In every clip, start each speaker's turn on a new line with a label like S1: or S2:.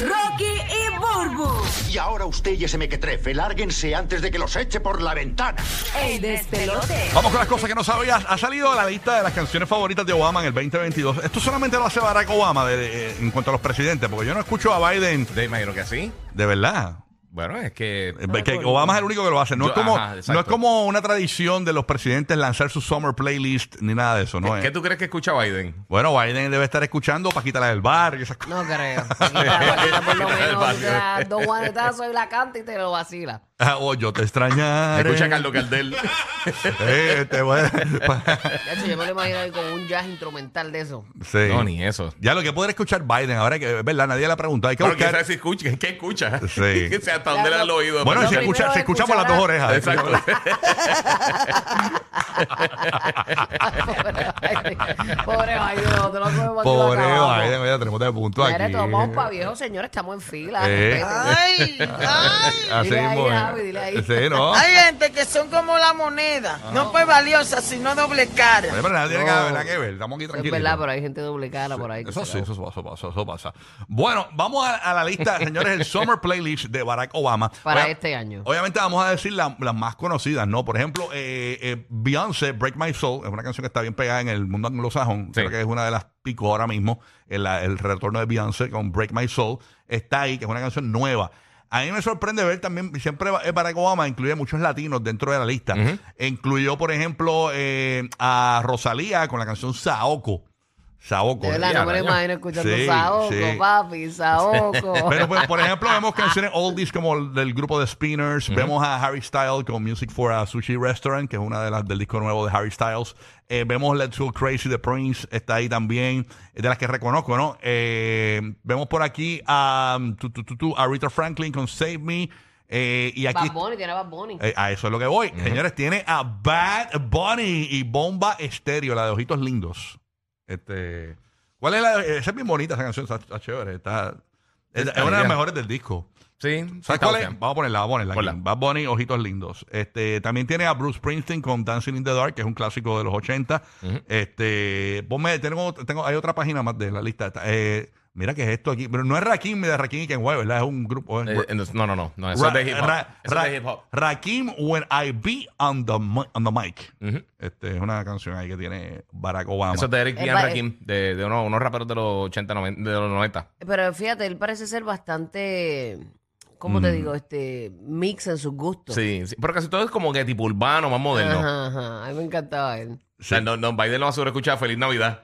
S1: Rocky y Burbu.
S2: Y ahora usted y ese mequetrefe, lárguense antes de que los eche por la ventana.
S1: El despelote.
S3: Vamos con las cosas que no sabías. Ha salido la lista de las canciones favoritas de Obama en el 2022. Esto solamente lo hace Barack Obama de- de- en cuanto a los presidentes, porque yo no escucho a Biden
S4: Te imagino que sí.
S3: de verdad.
S4: Bueno, es que.
S3: Eh, que Obama es el único que lo hace. No,
S4: Yo-
S3: es como,
S4: ajá, exacto.
S3: no es como una tradición de los presidentes lanzar su summer playlist ni nada de eso. ¿no?
S4: ¿Qué,
S3: es.
S4: qué tú crees que escucha Biden?
S3: Bueno, Biden debe estar escuchando Paquita la del Bar y esas cosas.
S5: No creo. Paquita, por lo menos tú te das dos guanetazos y la canta y te lo vacila.
S3: Ah, oh, yo te extrañaré.
S4: Escucha a Carlos Cardel.
S3: Eh, te voy a-
S5: De hecho, yo me lo imagino ahí con un jazz instrumental de eso.
S3: Sí.
S4: No, ni eso.
S3: Ya lo que podrá escuchar Biden, ahora que es verdad, nadie le ha preguntado. Hay que
S4: Pero
S3: buscar.
S4: quizás si escucha. ¿Qué escucha?
S3: Sí.
S4: O sea, hasta dónde le da el oído.
S3: Bueno, y
S5: Lo
S3: se
S5: primero
S3: escucha,
S5: es
S3: se escucha por las dos
S5: escuchar
S3: orejas.
S4: Exacto.
S5: Pobre Biden, no te lo comemos aquí, lo
S3: Pobre
S5: acabamos.
S3: Biden, mira, tenemos de punto
S5: Ya
S3: aquí.
S5: le tomamos pa' viejo, señor, estamos en fila.
S3: Eh.
S5: respete.
S6: Ay, ay.
S3: Así
S5: Dile ahí,
S3: mismo es.
S5: Javi, dile ahí.
S3: Sí, no.
S6: Hay gente que son como la moneda, no pues valiosa, sino doble cara.
S3: Pero nadie tiene
S5: No.
S3: nada nada que ver, estamos aquí
S5: Es
S3: tranquilos.
S5: verdad, pero hay gente duplicada por ahí. que
S3: Eso
S5: se
S3: sí,
S5: la-
S3: eso pasa, eso pasa, eso pasa. Bueno, vamos a, a la lista, señores, el Summer Playlist de Barack Obama.
S5: Para
S3: Obvia-
S5: este año.
S3: Obviamente vamos a decir la- las más conocidas, ¿no? Por ejemplo, eh, eh, Beyoncé, Break My Soul, es una canción que está bien pegada en el mundo anglosajón.
S4: Sí.
S3: Creo que es una de las pico ahora mismo, el, la- el retorno de Beyoncé con Break My Soul. Está ahí, que es una canción nueva. A mí me sorprende ver también, siempre va- eh, Barack Obama incluye muchos latinos dentro de la lista. Incluyó, por ejemplo, eh, a Rosalía con la canción Saoko. Saoko.
S5: De verdad, no me lo
S4: coño.
S5: imagino escuchando
S3: Sí,
S5: Saoco,
S3: sí.
S5: papi, Saoco.
S3: Pero, pues, por ejemplo, vemos canciones oldies como el del grupo de Spinners. Vemos a Harry Styles con Music for a Sushi Restaurant, que es una de las del disco nuevo de Harry Styles. Eh, vemos Let's Go Crazy de Prince, está ahí también, de las que reconozco, ¿no? Eh, vemos por aquí a, um, tu, tu, tu, tu, a Rita Franklin con Save Me. eh, y aquí.
S5: Bad Bunny, tiene a Bad Bunny.
S3: eh, a eso es lo que voy. Señores, tiene a Bad Bunny y Bomba Estéreo, la de Ojitos Lindos. Este, ¿Cuál es la? de- Esa es bien bonita esa canción, está, está chévere. Está, es, es una de
S4: bien.
S3: las mejores del disco.
S4: Sí.
S3: ¿Sabes
S4: está
S3: cuál es?
S4: bien.
S3: Vamos a ponerla, vamos a ponerla.
S4: Ponla.
S3: aquí. Bad Bunny, Ojitos Lindos. Este, también tiene a Bruce Springsteen con Dancing in the Dark, que es un clásico de los 80. Este, ponme, tengo, tengo, hay otra página más de la lista. Está, eh, mira que es esto aquí. Pero no es Rakim de Rakim y Ken White, ¿verdad? Es un grupo. es-
S4: Eh, eh, no, no, no, no. Eso
S3: Ra-
S4: es de hip hop.
S3: Ra-
S4: Eso
S3: Ra-
S4: es de hip hop.
S3: Rakim, When I Be on the, mi- on the Mic.
S4: Ujú.
S3: Este, es una canción ahí que tiene Barack Obama.
S4: Eso es de Eric
S5: Eh,
S4: B. and
S5: va-
S4: Rakim, de, de unos, unos raperos de los 80, 90, de los 90.
S5: Pero fíjate, él parece ser bastante, ¿cómo
S3: Mm.
S5: te digo? Este mix en sus gustos.
S4: Sí, sí. Pero casi todo es como que tipo urbano, más moderno.
S5: Ajá, ajá. A mí me encantaba él.
S4: O sea, no, no, Biden lo va a escuchar Feliz Navidad.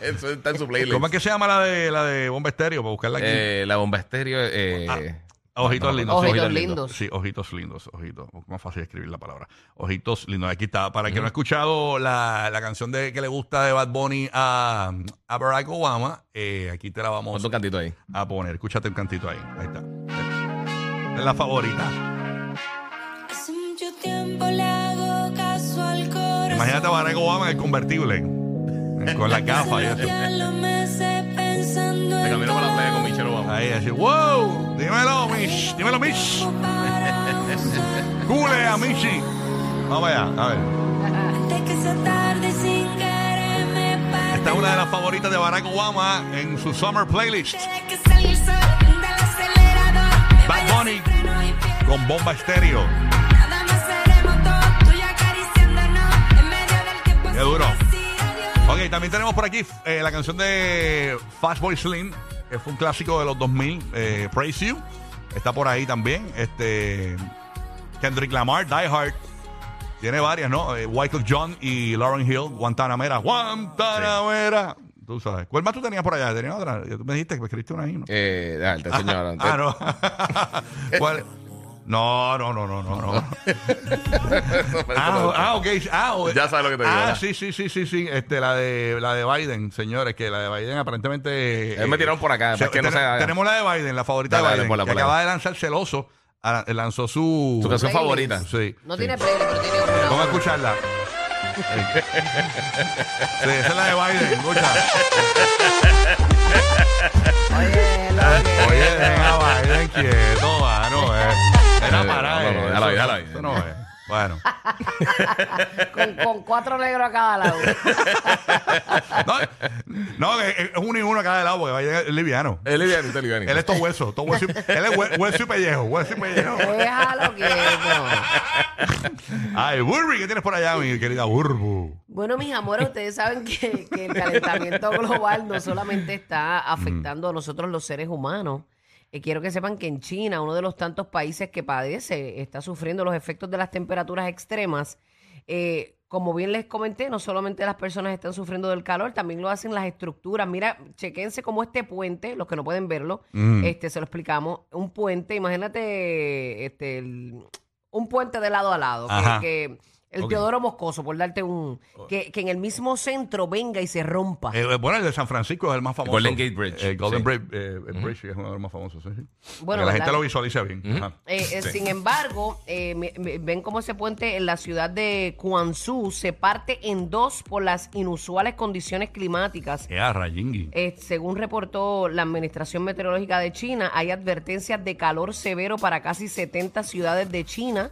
S4: Eso está en su playlist.
S3: ¿Cómo es que se llama la de, la de Bomba Estéreo? Para buscarla aquí. Ah.
S4: Eh, la bomba estéreo. Eh,
S3: Ojitos
S4: no, no,
S3: lindos.
S5: Ojitos lindos.
S3: Sí, ojitos lindos, ojitos. Más fácil escribir la palabra. Ojitos lindos. Aquí está. Para el que no ha escuchado la, la canción de que le gusta de Bad Bunny a, a Barack Obama, eh, aquí te la vamos
S4: Ponte un cantito ahí.
S3: a poner. Escúchate el cantito ahí. Ahí está. Es la favorita.
S7: Hace mucho tiempo le hago caso al corazón.
S3: Imagínate a Barack Obama en el convertible. Con las gafas y eso.
S7: Ya lo me sé pensando
S4: De
S7: en
S4: camino para la playa con Michelle Obama.
S3: Ahí así, wow, dímelo, Mish, dímelo, Mish.
S7: cómo para usar.
S3: Cule a Michi. Vamos allá, a ver.
S7: Antes que se tarde sin querer me parte.
S3: Esta es una de las favoritas de Barack Obama en su summer playlist.
S7: Tiene que salir el sol del acelerador. Me
S3: Bad
S7: vaya
S3: Bunny.
S7: sin freno y pierdo
S3: Con bomba estéreo.
S7: Nada más seremos dos, tú y yo acariciándonos. En medio del tiempo
S3: Qué
S7: sin
S3: duro.
S7: decir adiós.
S3: Ok, también tenemos por aquí eh, la canción de Fastboy Slim, que fue un clásico de los 2000, eh, Praise You. Está por ahí también. Este, Kendrick Lamar, Die Hard. Tiene varias, ¿no? Eh, Michael John y Lauren Hill, Guantanamera. Guantanamera. Tú sabes. ¿Cuál más tú tenías por allá? ¿Tenías otra? Tú me dijiste que me escribiste una ahí, ¿no?
S4: Eh, ah, te enseño ahora.
S3: Ah, no. ¿Cuál? No, no, no, no, no, no. Ah, ah, ok. Ah, o-
S4: Ya sabes lo que te digo,
S3: Ah,
S4: ¿verdad?
S3: sí, sí, sí, sí, sí. Este, la de la de Biden, señores, que la de Biden aparentemente.
S4: Él me tiraron por acá, para que no
S3: tene-
S4: se haga.
S3: Tenemos la de Biden, la favorita
S4: Dale,
S3: de
S4: dale,
S3: Biden.
S4: ponla,
S3: que
S4: ponla.
S3: acaba de lanzar celoso. ah, Lanzó su.
S4: Su canción
S5: Playlist.
S4: favorita.
S3: ah, Sí.
S5: No
S3: sí.
S5: tiene playlist, pero tiene una.
S3: Vamos a escucharla. Sí, esa es la de Biden, escucha.
S5: Oye, lo que-
S3: Oye, deja a Biden quieto, mano. eh. Era para
S4: No, no, no,
S3: eh.
S4: déjalo ahí,
S3: Eso-
S4: déjalo ahí.
S3: eso no es. Bueno.
S5: Con, con cuatro negros a cada lado.
S3: No, no, es, es uno y uno a cada lado porque va a llegar el liviano.
S4: Él es livianito, livianito.
S3: Él es todo hueso, todo hueso y- él es hue- hueso y pellejo, hueso y pellejo.
S5: Déjalo quieto.
S3: Ay, Burby, ¿qué tienes por allá, mi querida Burbu?
S5: Bueno, mis amores, ustedes saben que, que el calentamiento global no solamente está afectando a nosotros los seres humanos. Eh, quiero que sepan que en China, uno de los tantos países que padece, está sufriendo los efectos de las temperaturas extremas. Eh, como bien les comenté, no solamente las personas están sufriendo del calor, también lo hacen las estructuras. Mira, chequense cómo este puente, los que no pueden verlo, este se lo explicamos, un puente, imagínate este, el- un puente de lado a lado, que-
S3: Ajá.
S5: que el
S4: Ok.
S5: Teodoro Moscoso, por darte un... Que, que en el mismo centro venga y se rompa.
S3: Eh, bueno, el de San Francisco es el más famoso.
S4: Golden Gate Bridge.
S3: El Golden
S4: Sí.
S3: Bridge, eh, el Bridge es uno de los más famosos, sí, sí.
S5: Bueno,
S3: Que la
S5: ¿verdad?
S3: gente lo visualiza bien. Ajá.
S5: Eh, eh,
S4: Sí.
S5: Sin embargo, eh, me- me- ven cómo ese puente en la ciudad de Guangzhou se parte en dos por las inusuales condiciones climáticas.
S3: Ea, rayingui.
S5: Eh, según reportó la Administración Meteorológica de China, hay advertencias de calor severo para casi 70 ciudades de China,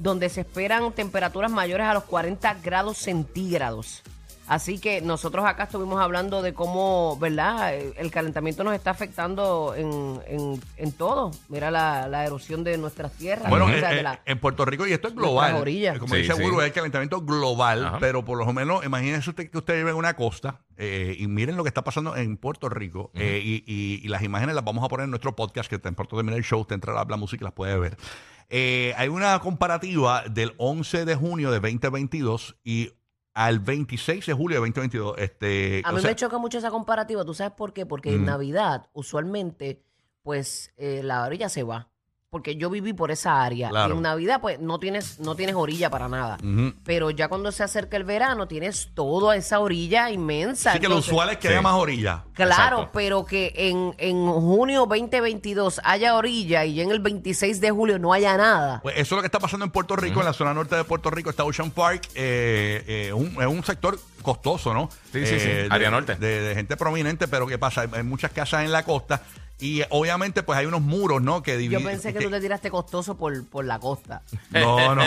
S5: donde se esperan temperaturas mayores a los 40 grados centígrados. Así que nosotros acá estuvimos hablando de cómo, ¿verdad? Eh, El calentamiento nos está afectando en, en- en todo. Mira la, la erosión de nuestras tierras.
S3: Bueno,
S5: o
S3: eh,
S5: sea, de
S3: eh,
S5: la-
S3: en Puerto Rico, y esto es
S5: nuestras
S3: global.
S5: orillas.
S3: eh, Como
S4: Sí,
S3: dice
S4: sí.
S3: Burbu, es el calentamiento global,
S4: Ajá.
S3: pero por lo menos, imagínense usted que usted vive en una costa eh, y miren lo que está pasando en Puerto Rico. eh, y, y- y las imágenes las vamos a poner en nuestro podcast, que tan pronto termine el show, usted entra a la, Habla música y las puede ver. Eh, hay una comparativa del 11 de junio de 2022 y al 26 de julio de 2022. Este,
S5: A
S3: o
S5: mí
S3: sea,
S5: me choca mucho esa comparativa. ¿Tú sabes por qué? Porque en Navidad, usualmente, pues eh, la orilla se va. Porque yo viví por esa área.
S3: Claro.
S5: Y en Navidad, pues no tienes, no tienes orilla para nada.
S3: ujú.
S5: Pero ya cuando se acerca el verano, tienes toda esa orilla inmensa.
S3: Así que lo
S5: Entonces,
S3: usual es que
S4: Sí.
S3: haya más orilla.
S5: Claro,
S4: Exacto.
S5: pero que en, en junio 2022 haya orilla y ya en el 26 de julio no haya nada.
S3: Pues eso es lo que está pasando en Puerto Rico, en la zona norte de Puerto Rico, está Ocean Park, eh, eh, un- es un sector costoso, ¿no?
S4: Sí, sí, sí.
S3: Eh, de-
S4: Área norte.
S3: De, de gente prominente, pero ¿qué pasa? Hay, hay muchas casas en la costa y eh, obviamente pues hay unos muros, ¿no? Que dividen...
S5: Yo pensé que tú te tiraste costoso por, por la costa.
S3: No, no.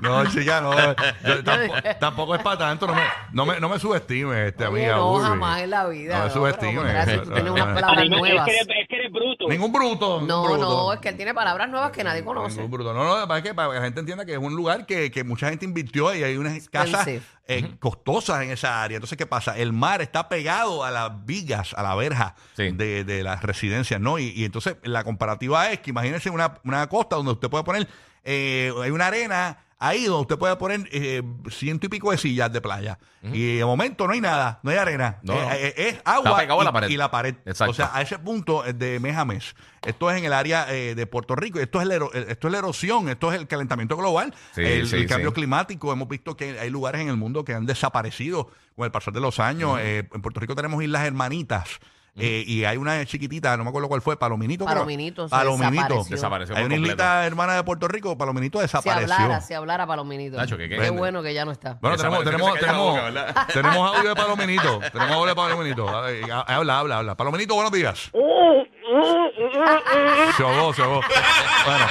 S3: no, chica, no. Yo tampoco, tampoco es para tanto. No me, no me, no me subestimes, este,
S5: Oye,
S3: amiga.
S5: no,
S3: Urbi.
S5: jamás en la vida,
S3: No me
S5: no, pero
S3: subestimes.
S5: contrario, tú tienes unas
S3: No, no,
S5: palabras
S8: Es que
S5: nuevas.
S8: eres- es que eres bruto.
S3: no. Ningún bruto. ningún
S5: No,
S3: bruto.
S5: no, es que él tiene palabras nuevas que nadie conoce.
S3: Ningún bruto. No, no, para que, para que la gente entienda que es un lugar que, que mucha gente invirtió y hay unas casas
S5: Expensive.
S3: eh, costosas en esa área. Entonces, ¿qué pasa? El mar está pegado a las vigas, a la verja
S4: Sí.
S3: de, de las residencias, ¿no? Y, y entonces la comparativa es que imagínense una, una costa donde usted puede poner, eh, hay una arena ahí donde usted puede poner eh, ciento y pico de sillas de playa. Y de momento no hay nada, no hay arena.
S4: No,
S3: Eh,
S4: no.
S3: eh, es agua
S4: Está pegado a
S3: y,
S4: la pared.
S3: y la pared.
S4: Exacto.
S3: O sea, a ese punto eh, de mes a mes. Esto es en el área eh, de Puerto Rico. Esto es, la ero- eh, esto es la erosión, esto es el calentamiento global,
S4: Sí,
S3: el,
S4: sí,
S3: el cambio
S4: sí.
S3: climático. Hemos visto que hay lugares en el mundo que han desaparecido con el pasar de los años. Eh, en Puerto Rico tenemos Islas Hermanitas. eh, y hay una chiquitita, no me acuerdo cuál fue, Palominito. creo.
S5: Palominito, se
S3: Palominito.
S5: desapareció.
S4: Desapareció
S3: Hay
S4: por
S3: una
S4: completo.
S3: islita hermana de Puerto Rico, Palominito
S5: Si
S3: desapareció.
S5: hablara, si hablara Palomino.
S4: Nacho, ¿qué, qué?
S5: Qué bueno que ya no está.
S3: Bueno, tenemos, tenemos,
S4: Desapareció, se cayó
S3: tenemos,
S4: la boca, ¿verdad?
S3: tenemos audio de Palominito. Tenemos audio de Palominito. Ay, ha- Habla, habla, habla. Palominito, buenos días. Se ahogó, se ahogó. Bueno,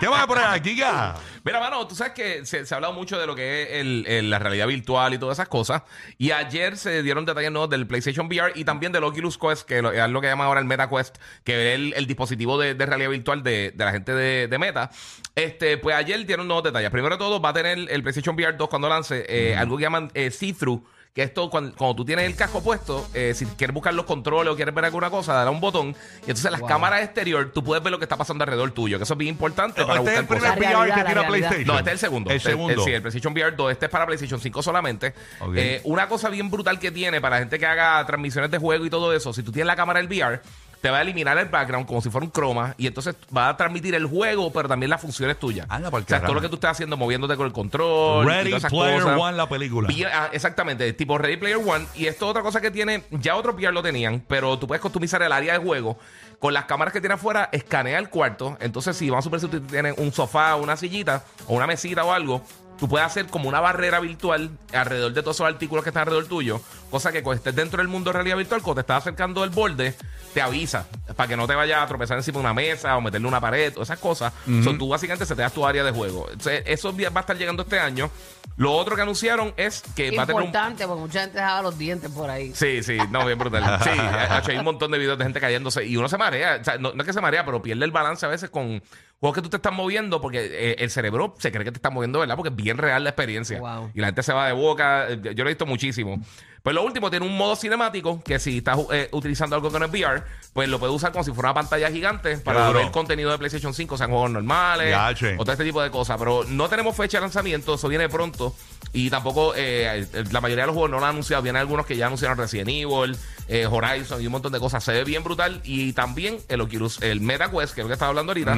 S3: ¿qué vas a poner aquí, ya?
S4: Mira, mano, tú sabes que se, se ha hablado mucho de lo que es el- el- la realidad virtual y todas esas cosas. Y ayer se dieron detalles nuevos del PlayStation VR y también del Oculus Quest, que lo- es lo que llaman ahora el Meta Quest, que es el, el dispositivo de, de realidad virtual de, de la gente de, de Meta. Este, pues ayer dieron nuevos detalles. Primero de todo, va a tener el PlayStation VR 2 cuando lance eh, algo que llaman eh, see-through que esto cuando, cuando tú tienes el casco puesto, eh, si quieres buscar los controles o quieres ver alguna cosa, dará un botón y entonces las cámaras exterior tú puedes ver lo que está pasando alrededor tuyo, que eso es bien importante para
S3: Este es
S4: buscar
S3: el primer
S4: cosas.
S5: La
S3: VR que
S5: realidad,
S3: tira
S5: la
S3: PlayStation.
S4: No, este es el segundo.
S3: El
S4: Este-
S3: segundo.
S4: sí, el PlayStation VR 2. Este es para PlayStation 5 solamente.
S3: Ok.
S4: Eh, una cosa bien brutal que tiene para la gente que haga transmisiones de juego y todo eso, si tú tienes la cámara del VR, te va a eliminar el background como si fuera un croma y entonces va a transmitir el juego, pero también las funciones tuyas.
S3: Anda pa'l
S4: o sea, todo
S3: carajo.
S4: lo que tú estás haciendo, moviéndote con el control. y
S3: Ready
S4: todas esas
S3: Player
S4: cosas.
S3: One, la película.
S4: Bien, ah, exactamente, tipo Ready Player One. Y esto es otra cosa que tiene, ya otros VR lo tenían, pero tú puedes customizar el área de juego. Con las cámaras que tiene afuera, escanea el cuarto. Entonces, si vamos a suponer si tú tienes un sofá, una sillita o una mesita o algo, tú puedes hacer como una barrera virtual alrededor de todos esos artículos que están alrededor tuyo, cosa que cuando estés dentro del mundo de realidad virtual, cuando te estás acercando del borde, te avisa para que no te vayas a tropezar encima de una mesa o meterle una pared o esas cosas. So, tú básicamente se te das tu área de juego. Entonces, eso vi- va a estar llegando este año. Lo otro que anunciaron es que Eh, va a tener un...
S5: Importante, porque mucha gente dejaba los dientes por ahí.
S4: Sí, sí, no, bien brutal. Sí, hecho, hay un montón de videos de gente cayéndose y uno se marea. O sea, no, no es que se marea, pero pierde el balance a veces con juegos que tú te estás moviendo porque eh, el cerebro se cree que te estás moviendo, ¿verdad? Porque es bien real la experiencia.
S5: Wow.
S4: Y la gente se va de boca. eh, Yo lo he visto muchísimo. Pues lo último, tiene un modo cinemático que si estás eh, utilizando algo que no es VR, pues lo puedes usar como si fuera una pantalla gigante para
S3: duro.
S4: ver contenido de PlayStation 5, o sea, juegos normales,
S3: Ya, che.
S4: o todo este tipo de cosas. Pero no tenemos fecha de lanzamiento, eso viene pronto. Y tampoco eh, la mayoría de los juegos no lo han anunciado. Vienen algunos que ya anunciaron Resident Evil, eh, Horizon y un montón de cosas. Se ve bien brutal. Y también el Oculus, el MetaQuest, que es lo que estaba hablando ahorita,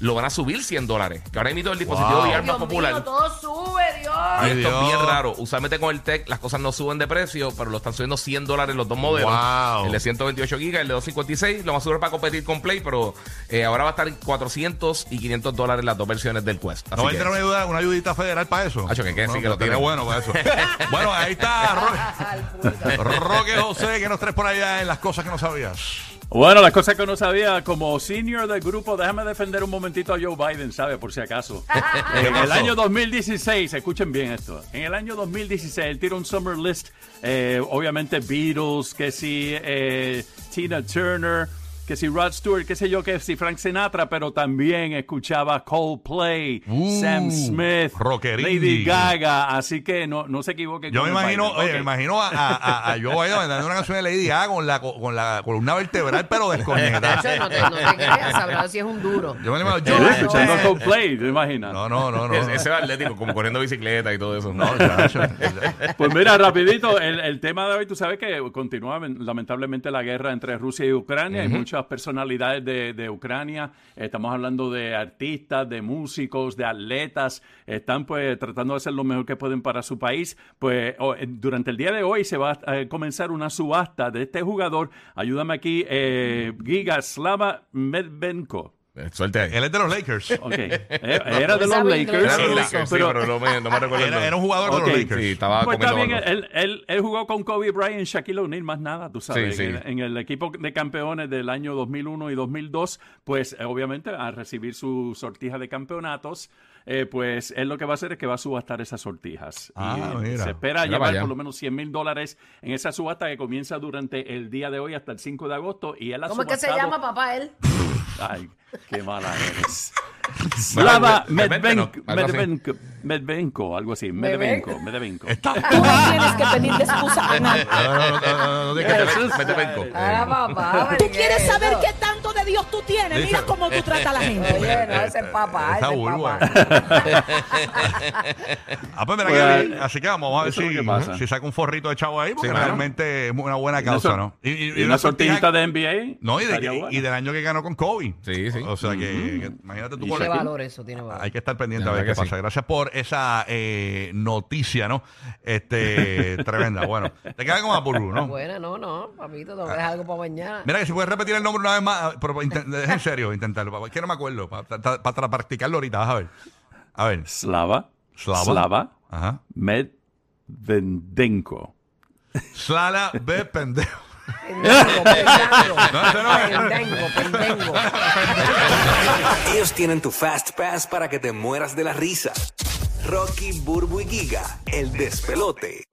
S4: lo van a subir 100 dólares. Que ahora mismo el dispositivo
S3: Wow.
S4: VR más
S5: Dios
S4: popular.
S5: mío, todo sube, Dios.
S4: Y
S3: Ay,
S4: esto
S3: Dios.
S4: es bien raro. Usualmente con el tech las cosas no suben de precio, pero lo están subiendo 100 dólares los dos modelos.
S3: Wow.
S4: El de 128 gigas, el de 256. Lo van a subir para competir con Play, pero eh, ahora va a estar 400 y 500 dólares las dos versiones del Quest. Así
S3: ¿No va a
S4: que-
S3: entrar una, ayuda, una ayudita federal para eso?
S4: Acho, que quede,
S3: No,
S4: sí, que lo
S3: tiene
S4: tiene.
S3: bueno para eso. bueno, ahí está
S5: Al público.
S3: Ro- Roque José, que nos traes por allá en las cosas que no sabías.
S8: Bueno, las cosas que no sabía, como senior del grupo, déjame defender un momentito a Joe Biden, ¿sabe? Por si acaso. en el
S3: pasó?
S8: año 2016, escuchen bien esto. En el año 2016, él tiró un summer list, eh, obviamente Beatles, que si eh, Tina Turner, que si Rod Stewart, qué sé yo, que si Frank Sinatra, pero también escuchaba Coldplay,
S3: Uh,
S8: Sam Smith,
S3: rockerín.
S8: Lady Gaga, así que no, no se equivoquen.
S3: Yo
S8: con
S3: me
S8: el
S3: imagino,
S8: Biden.
S3: oye,
S8: Ok.
S3: me imagino a, a, a- a Joe Biden mandando una canción de Lady Gaga con la, co- con la columna vertebral, pero desconectada.
S5: Nacho, no te, no te creas, sabrás si es un duro.
S3: Yo me lo imagino.
S8: Él
S3: Joe
S8: escuchando
S3: Biden.
S8: Coldplay, ¿te imaginas?
S3: No, no, no, no.
S4: Ese- Ese va atlético, como corriendo bicicleta y todo eso.
S3: No, chacho. El-
S8: Pues mira, rapidito, el, el tema de hoy, tú sabes que continúa men- lamentablemente la guerra entre Rusia y Ucrania. Hay muchas personalidades de, de Ucrania. Estamos hablando de artistas, de músicos, de atletas. Están pues tratando de hacer lo mejor que pueden para su país. Pues o- eh, durante el día de hoy se va a eh, comenzar una subasta de este jugador. Ayúdame aquí, eh, Giga Slava Medvenko.
S4: Eh, Suerte ahí.
S3: Él es de los Lakers.
S8: Ok. Eh, Era de
S5: Sabe
S8: los
S5: inglés.
S8: Lakers.
S4: Era los
S5: Sí,
S4: Lakers, sí,
S8: pero-
S4: pero no me, no me recuerdo. el
S3: Era,
S4: nombre.
S3: era un jugador
S8: Ok.
S3: de los Lakers.
S4: Sí, estaba
S8: Pues está
S4: comiendo
S8: bien,
S4: algo.
S8: él, él- él jugó con Kobe Bryant, Shaquille O'Neal, más nada, tú sabes.
S4: Sí, sí.
S8: En, el- en el equipo de campeones del año 2001 y 2002, pues eh, obviamente al recibir su sortija de campeonatos, eh, pues él lo que va a hacer es que va a subastar esas sortijas.
S3: Ah,
S8: y
S3: mira.
S8: se espera
S4: Mira
S8: llevar
S4: vaya.
S8: por lo menos 100 mil dólares en esa subasta que comienza durante el día de hoy hasta el 5 de agosto. Y él ha
S5: ¿Cómo es que se
S8: subastado-
S5: llama papá
S8: Eh.
S5: él?
S8: Ay, qué mala eres.
S4: Bueno,
S8: Slava
S4: Medvedenko,
S8: Medvenko,
S4: algo así.
S8: Medvenko,
S5: Medvenko.
S8: Medvenko, algo así, Medvenko, Medvenko.
S9: tienes que pedirle excusa a nadie.
S3: No, no, no, no, no, no, no, no, no.
S8: Jesús.
S4: Vete, vengo.
S5: Ah, papá.
S9: ¿Tú
S5: ¿qué
S9: quieres
S5: es
S9: saber
S5: eso?
S9: qué tanto de Dios tú tienes? Mira
S3: Díselo.
S9: cómo tú tratas a la gente.
S5: Oye, no, ese es papá,
S3: Esa
S5: ese es
S3: vulva.
S5: papá.
S3: Ah, pues mira
S8: Pues,
S3: que bien. Así que vamos a ver
S8: eso es
S3: si,
S8: lo que pasa.
S3: si saca un forrito de chavo ahí, porque
S4: Sí, claro.
S3: realmente es una buena
S8: una
S3: causa,
S8: sor-
S3: ¿no? Y, y- y
S8: Y una sortijita de NBA.
S3: No, y, de-
S8: estaría
S3: y-
S8: buena.
S3: y del año que ganó con Kobe.
S4: Sí, sí.
S3: O sea que, que imagínate tú
S8: Y
S3: con
S5: Tiene
S8: Shaquille.
S5: valor eso, tiene valor.
S3: Hay que estar pendiente
S4: La
S3: a ver qué
S4: verdad que
S3: pasa. Gracias por esa eh, noticia, ¿no? Este, tremenda. Bueno, te queda como a ¿no?
S5: Buena, no, no, papito, te voy a dejar algo para mañana.
S3: Mira que si puedes repetir el nombre una vez más, ah, pero inten- es en serio, intentarlo. pa- Que no me acuerdo, para practicarlo ahorita, vas a ver. A ver.
S8: Slava.
S3: Slava.
S8: Slava.
S3: Ajá.
S8: Medvedenko.
S3: Slala B. Pendejo.
S5: Pendengo,
S3: No, ese no es.
S5: pendengo, pendengo, pendengo.
S10: Ellos tienen tu Fast Pass para que te mueras de la risa. Rocky, Burbu y Giga, el despelote.